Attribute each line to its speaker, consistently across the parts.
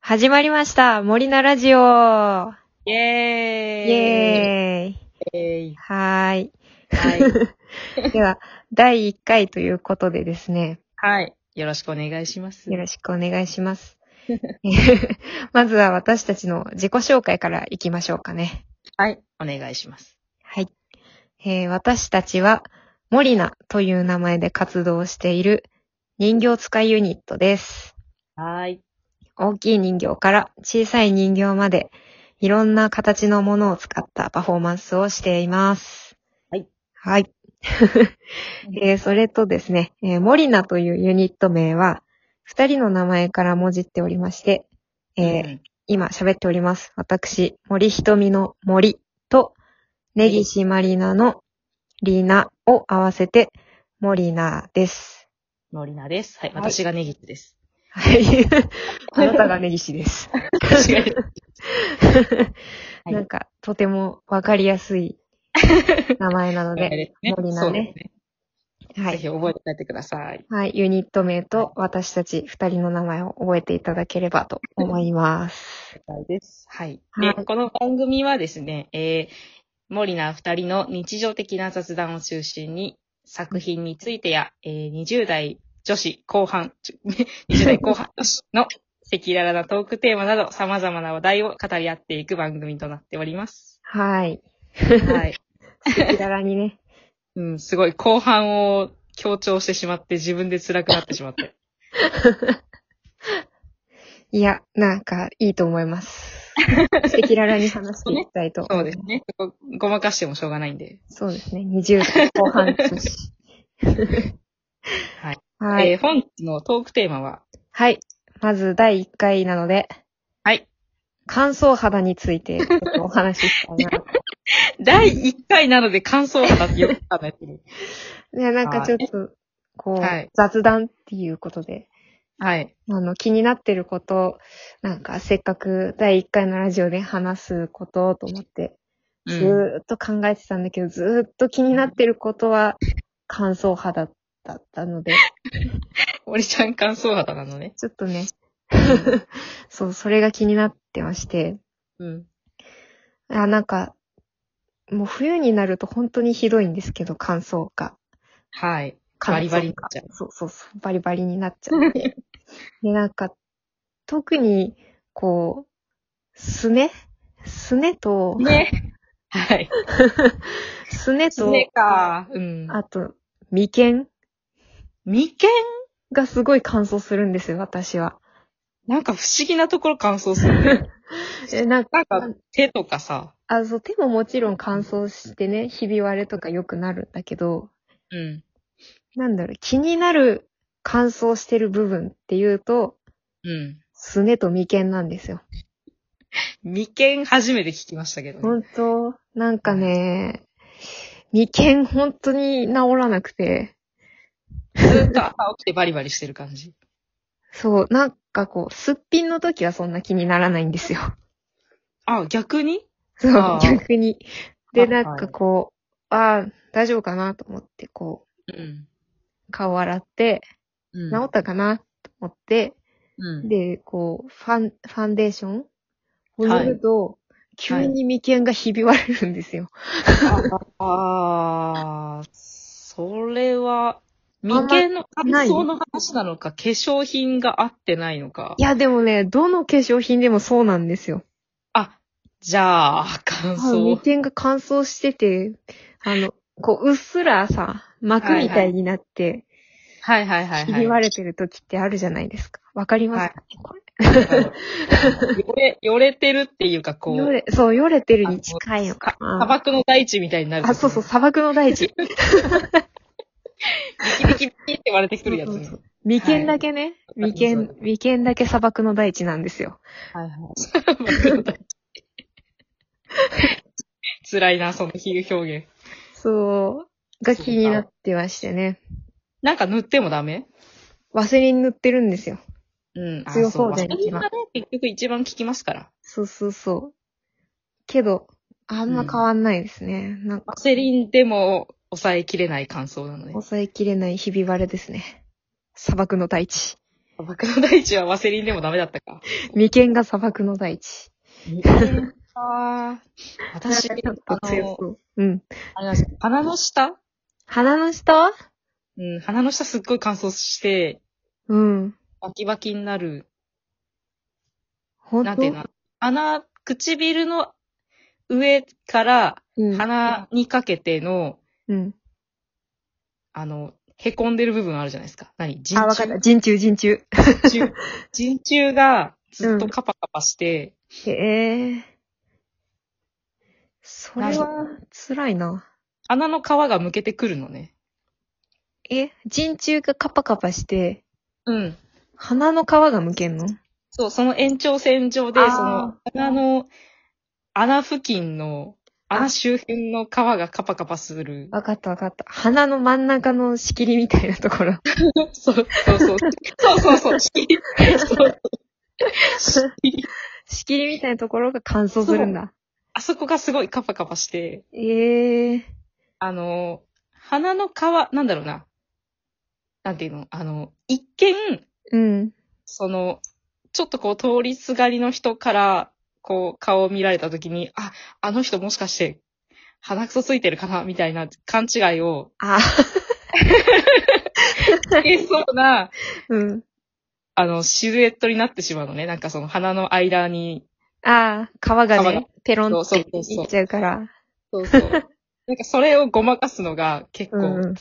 Speaker 1: 始まりました。森菜ラジオ。イェー
Speaker 2: イェー
Speaker 1: イ。
Speaker 2: イェーイ
Speaker 1: はーい。
Speaker 2: はい。
Speaker 1: では、 第1回ということでですね、
Speaker 2: はい。よろしくお願いします。
Speaker 1: よろしくお願いし ます。まずは私たちの自己紹介からいきましょうかね。
Speaker 2: はい。お願いします。
Speaker 1: はい。えー私たちは、森菜という名前で活動している人形使いユニットです。
Speaker 2: はい。
Speaker 1: 大きい人形から小さい人形まで、いろんな形のものを使ったパフォーマンスをしています。
Speaker 2: はい。
Speaker 1: はい。 えーそれとですね、えーモリナというユニット名は、二人の名前からもじっておりまして、えー
Speaker 2: うん
Speaker 1: 今喋っております。私、森ひとみの森と、根岸まりなのリーナを合わせて、モリナです。
Speaker 2: のりなです。はい。
Speaker 1: はい
Speaker 2: 私がネギッです。
Speaker 1: はい。あなたが根岸 です。
Speaker 2: 私がはい
Speaker 1: なんか、とてもわかりやす い名前なので、
Speaker 2: ですね
Speaker 1: のりなね
Speaker 2: そうですね。
Speaker 1: は
Speaker 2: ぜひ
Speaker 1: い。
Speaker 2: 覚えて帰ってください。
Speaker 1: はい、ユニット名と私たち二人の名前を覚えていただければと思います。
Speaker 2: はいです。はい。
Speaker 1: は
Speaker 2: で、
Speaker 1: い
Speaker 2: この番組はですね、えー、モリナ二人の日常的な雑談を中心に、作品についてや、えー、20代女子後半、ちょ20代後半女子の赤裸々なトークテーマなど様々な話題を語り合っていく番組となっております。
Speaker 1: はい。
Speaker 2: はい。
Speaker 1: 赤裸々にね。
Speaker 2: うん、すごい後半を強調してしまって自分で辛くなってしまって。
Speaker 1: いや、なんか、いいと思います。赤裸々に話していきたいと。
Speaker 2: そうですね。ごごまかしてもしょうがないんで。
Speaker 1: そうですね。20代後半女子。
Speaker 2: はい。
Speaker 1: はい。
Speaker 2: えー、本日のトークテーマは、
Speaker 1: はい。まず第1回なので、
Speaker 2: はい。
Speaker 1: 乾燥肌についてちょっとお話ししたいなと。
Speaker 2: 第1回なので感想だってよくわかんないですね
Speaker 1: ね、なんかちょっと、こう、
Speaker 2: はい
Speaker 1: 雑談っていうことで、
Speaker 2: はい。
Speaker 1: あの、気になってること、なんかせっかく第1回のラジオで話すことと思って、
Speaker 2: う
Speaker 1: ず
Speaker 2: ん、
Speaker 1: ーっと考えてたんだけど、ずーっと気になってることは、乾燥肌だったので、
Speaker 2: 俺ちゃん感想肌なのね。
Speaker 1: ちょっと ね、そう、それが気になってまして、
Speaker 2: うん。
Speaker 1: あ、なんか、もう冬になると本当にひどいんですけど、乾燥が。
Speaker 2: はい。
Speaker 1: 乾燥が
Speaker 2: バリバリになっちゃう
Speaker 1: そうそうそう。バリバリになっちゃ って。で、なんか、特に、こう、すねすね と、
Speaker 2: ね。はい。
Speaker 1: すね
Speaker 2: す
Speaker 1: と、
Speaker 2: ねか。うん。
Speaker 1: あと、眉間
Speaker 2: 眉間
Speaker 1: がすごい乾燥するんですよ、私は。
Speaker 2: なんか不思議なところ乾燥するね。
Speaker 1: え、なんか、
Speaker 2: なんか手とかさ。
Speaker 1: あ、そう、手ももちろん乾燥してね、ひび割れとか良くなるんだけど、
Speaker 2: うん。
Speaker 1: なんだろう、気になる乾燥してる部分っていうと、
Speaker 2: うん。
Speaker 1: すねと眉間なんですよ。
Speaker 2: 眉間初めて聞きましたけどね。
Speaker 1: 本当なんかね、眉間本当に治らなくて、
Speaker 2: ずっと朝起きてバリバリしてる感じ。
Speaker 1: そう、なんかこう、すっぴんの時はそんな気にならないんですよ。
Speaker 2: あ、逆に
Speaker 1: そう
Speaker 2: あ、ー
Speaker 1: 逆に。で、
Speaker 2: はいは
Speaker 1: ないんかこう、ああ、大丈夫かなと思って、こ
Speaker 2: うん。
Speaker 1: う、顔洗って、
Speaker 2: うん
Speaker 1: 治ったかなと思って、
Speaker 2: うん。
Speaker 1: で、こう、ファン、ファンデーションを
Speaker 2: は
Speaker 1: 塗
Speaker 2: い
Speaker 1: ると、急に眉間がひび割れるんですよ。
Speaker 2: ああ、それは、
Speaker 1: ま
Speaker 2: 眉間の
Speaker 1: ない
Speaker 2: 乾燥の話なのか、化粧品が合ってないのか
Speaker 1: い。や、でもね、どの化粧品でもそうなんですよ。
Speaker 2: あ、じゃあ、乾
Speaker 1: あ眉
Speaker 2: 燥。
Speaker 1: 間が乾燥してて、あの、こう、うっすらさ、膜みたいになって、
Speaker 2: はいはいはい
Speaker 1: ひ
Speaker 2: はい。
Speaker 1: び 割れてる時ってあるじゃないですか。わかりますか、これ
Speaker 2: よれ、よれてるっていうか、こ
Speaker 1: よ
Speaker 2: う、
Speaker 1: れ、そう、よれてるに近いのか
Speaker 2: 砂
Speaker 1: な。
Speaker 2: 漠の大地みたいになる。
Speaker 1: あ、そうそう、。砂漠の大地。
Speaker 2: ビキビキビキって割れてくるやつ
Speaker 1: そう
Speaker 2: ね
Speaker 1: そ。う眉間だけね、
Speaker 2: はい
Speaker 1: 眉間、眉間だけ砂漠の大地なんですよ。
Speaker 2: はいはい。 辛いな、その比喩表現。
Speaker 1: そう、が気になってましてね。
Speaker 2: なんか塗ってもダメ
Speaker 1: ワセリン塗ってるんですよ。
Speaker 2: うん。
Speaker 1: 強そうだよ
Speaker 2: ね。それ
Speaker 1: 一番
Speaker 2: がね、結局一番効きますから。
Speaker 1: そうそうそう。けど、あんま変わんないですね。なんか、
Speaker 2: ワセリンでも抑えきれない感想なので。
Speaker 1: 抑えきれないひび割れですね。砂漠の大地。
Speaker 2: 砂漠の大地はワセリンでもダメだったか。
Speaker 1: 眉間が砂漠の大地。
Speaker 2: ああ。 私、あ
Speaker 1: ちょっと強
Speaker 2: の、
Speaker 1: そう。うん。
Speaker 2: あれなんですよ鼻の下
Speaker 1: 鼻の下
Speaker 2: うん、鼻の下すっごい乾燥して、
Speaker 1: うん。
Speaker 2: バキバキになる。
Speaker 1: ほん
Speaker 2: なんていうの鼻、唇の上から
Speaker 1: うん。
Speaker 2: 鼻にかけての、
Speaker 1: うん。
Speaker 2: あの、へこんでる部分あるじゃないですか。何人
Speaker 1: あ、わかった。人中、人中。
Speaker 2: 中、人中がずっとカパカパして、
Speaker 1: へえ。それは、辛いな。
Speaker 2: 鼻の皮がむけてくるのね。
Speaker 1: え、人中がカパカパして、
Speaker 2: うん。
Speaker 1: 鼻の皮がむけんの
Speaker 2: そう、その延長線上で、
Speaker 1: あー
Speaker 2: その鼻の穴付近の、穴周辺の皮がカパカパする。
Speaker 1: わかったわかった。鼻の真ん中の仕切りみたいなところ。
Speaker 2: そうそうそう。そうそうそう。仕切りそう
Speaker 1: 仕切りみたいなところが乾燥するんだ。
Speaker 2: あそこがすごいカパカパして、
Speaker 1: ええ
Speaker 2: あの、鼻の皮、なんだろうな。なんていうのあの、一見、
Speaker 1: うん。
Speaker 2: その、ちょっとこう通りすがりの人から、こう顔を見られた時に、あ、あの人もしかして、鼻くそついてるかなみたいな勘違いを、
Speaker 1: あ、
Speaker 2: えそうな、
Speaker 1: うん。
Speaker 2: あの、シルエットになってしまうのね。なんかその鼻の間に。
Speaker 1: ああ、皮が
Speaker 2: 皮
Speaker 1: ね
Speaker 2: が、
Speaker 1: ペロンっ
Speaker 2: そ
Speaker 1: て
Speaker 2: うそうそうそう
Speaker 1: いっちゃうから。
Speaker 2: そうそう。なんかそれをごまかすのが結構、
Speaker 1: うんうん。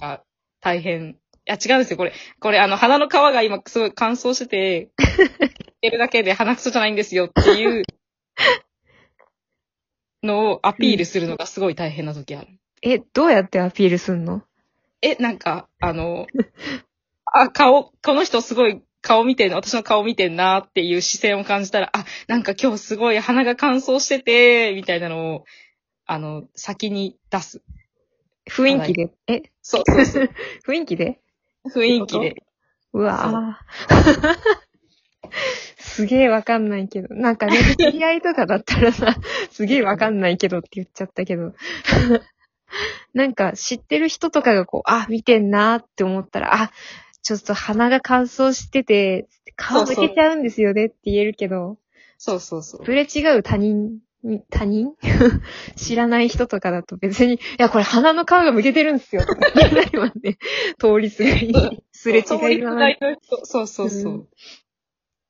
Speaker 2: が大変。いや、違うんですよ、これ。これ、あの、鼻の皮が今、すごい乾燥 してて、てるだけで鼻くそじゃないんですよっていうのをアピールするのがすごい大変な時ある。
Speaker 1: え、どうやってアピールすんの
Speaker 2: え、なんか、あの、あ、顔、この人すごい顔見てん私の顔見てんなっていう視線を感じたら、あ、なんか今日すごい鼻が乾燥してて、みたいなのを、あの、先に出す。
Speaker 1: 雰囲気で。え、
Speaker 2: そうそうそう。
Speaker 1: 雰囲気で
Speaker 2: 雰 囲気で。
Speaker 1: うわぁ。 すげえわかんないけど。なんか ね、知り合いとかだったらさ、すげえわかんないけどって言っちゃったけど。 なんか知ってる人とかがこう、あ、見てんなーって思ったら、あ、ちょっと鼻が乾燥してて、顔抜けちゃうんですよねって言えるけど、
Speaker 2: そうそうそう。
Speaker 1: 触れ違う他人、他人知らない人とかだと別に、いや、これ鼻の皮がむけてるんですよとか言えないもんね。通りすがりに、すれ違いがない。
Speaker 2: そうそうそう。
Speaker 1: うん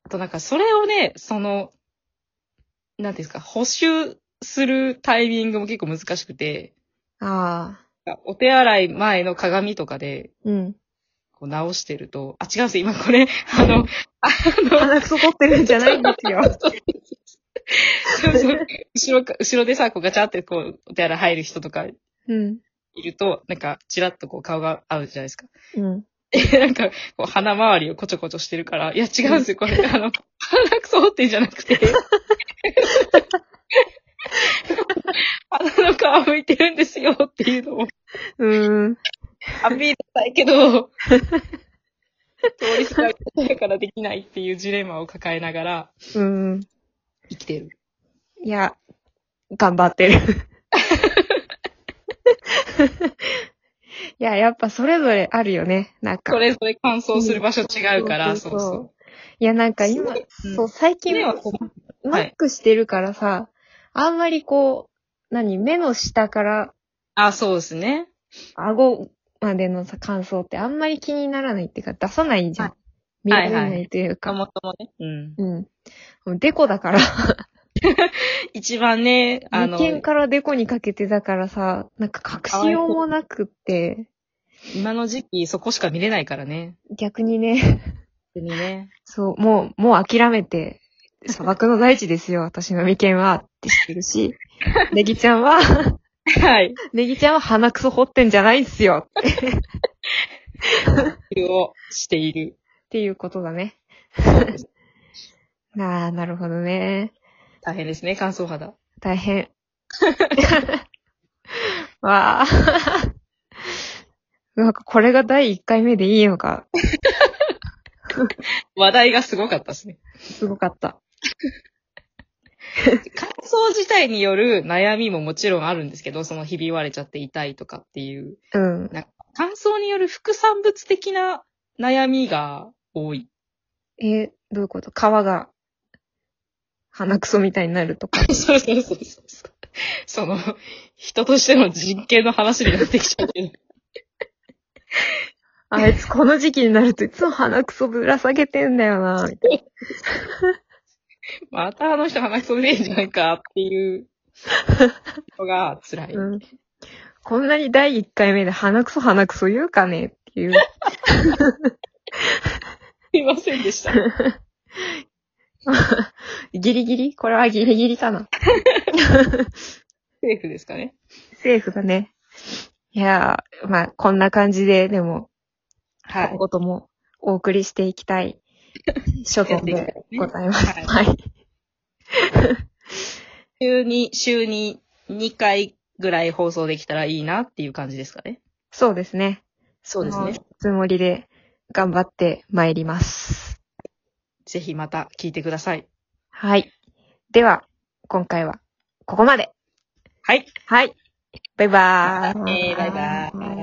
Speaker 2: あとなんか、それをね、その、なんていうんですか、補修するタイミングも結構難しくて、
Speaker 1: ああ。
Speaker 2: お手洗い前の鏡とかで、
Speaker 1: うん。
Speaker 2: こう直してると、あ、違うんですよ、今これ、 あの、あの、
Speaker 1: 鼻くそ取ってるんじゃないんですよ。
Speaker 2: そうそう後ろか、後ろでさ、こうガチャってこう、お手洗い入る人とか
Speaker 1: うん。
Speaker 2: いると、なんか、ちらっとこう顔が合うじゃないですか。
Speaker 1: うん。
Speaker 2: で、 なんか、こう、鼻周りをこちょこちょしてるから、いや、違うんですよ、これ。あの、鼻くそ折ってんじゃなくて。 鼻の皮向いてるんですよっていうのを
Speaker 1: うん。
Speaker 2: アピールしたいけど、通り過ぎてだからできないっていうジレンマを抱えながら
Speaker 1: うん。
Speaker 2: 生きてる。
Speaker 1: いや、頑張ってる。いや、やっぱそれぞれあるよね。なんか
Speaker 2: そ。れぞれ乾燥する場所違うから、
Speaker 1: うんそ
Speaker 2: そ
Speaker 1: ううそうそう
Speaker 2: そ
Speaker 1: いや、なんか今、
Speaker 2: う。
Speaker 1: そう、
Speaker 2: う。
Speaker 1: 最近
Speaker 2: 目は
Speaker 1: は
Speaker 2: こう
Speaker 1: マックしてるからさ、あんまりこう、何、目の下から
Speaker 2: あ、そうですね。
Speaker 1: 顎までのさ、感想ってあんまり気にならないっていうか、出さないじゃん。見られないというか。
Speaker 2: かもともね。うん。
Speaker 1: うん。もうデコだから。
Speaker 2: 一番ね、あの、
Speaker 1: 眉間からデコにかけてだからさ、なんか隠しようもなくって、
Speaker 2: 今の時期そこしか見れないからね。
Speaker 1: 逆にね、
Speaker 2: 本当にね。
Speaker 1: そう、もう、もう諦めて、砂漠の大地ですよ、私の眉間は、って知ってる し、ネギちゃんは、
Speaker 2: はい。
Speaker 1: ネギちゃんは鼻くそ掘ってんじゃないっすよ、っ
Speaker 2: をしている。
Speaker 1: ていうことだね。なあ、なるほどね。
Speaker 2: 大変ですね、乾燥肌。
Speaker 1: 大変。わあ。なんかこれが第1回目でいいのか、
Speaker 2: 話題がすごかったですね。
Speaker 1: すごかった。
Speaker 2: 乾燥自体による悩みももちろんあるんですけど、そのひび割れちゃって痛いとかっていう。
Speaker 1: うん。
Speaker 2: 乾燥による副産物的な悩みが多い。
Speaker 1: えーどういうこと皮が鼻くそみたいになるとか。
Speaker 2: そうそうそうそう。その、人としての人権の話になってきちゃうけど。
Speaker 1: あいつこの時期になるといつも鼻くそぶら下げてんだよな。みたい
Speaker 2: またあの人話しそうねえんじゃないかっていうのが辛い。
Speaker 1: なうんこんなに第1回目で鼻くそ鼻くそ言うかねっていう。
Speaker 2: すいませんでした。
Speaker 1: ギリギリこれはギリギリかな。
Speaker 2: セーフですかね。
Speaker 1: セーフだね。いやー、まあ、こんな感じで、でも、
Speaker 2: は
Speaker 1: 今
Speaker 2: い。
Speaker 1: 後ともお送りしていきたい 所存でございます。
Speaker 2: はい
Speaker 1: はい。
Speaker 2: 週に、週に2回ぐらい放送できたらいいなっていう感じですかね。
Speaker 1: そうですね。
Speaker 2: そうですね。
Speaker 1: つもりで頑張って参ります。
Speaker 2: ぜひまた聞いてください。
Speaker 1: はい。では、今回はここまで。
Speaker 2: はい。
Speaker 1: はい。バイバーイ。
Speaker 2: えーバイバーイ。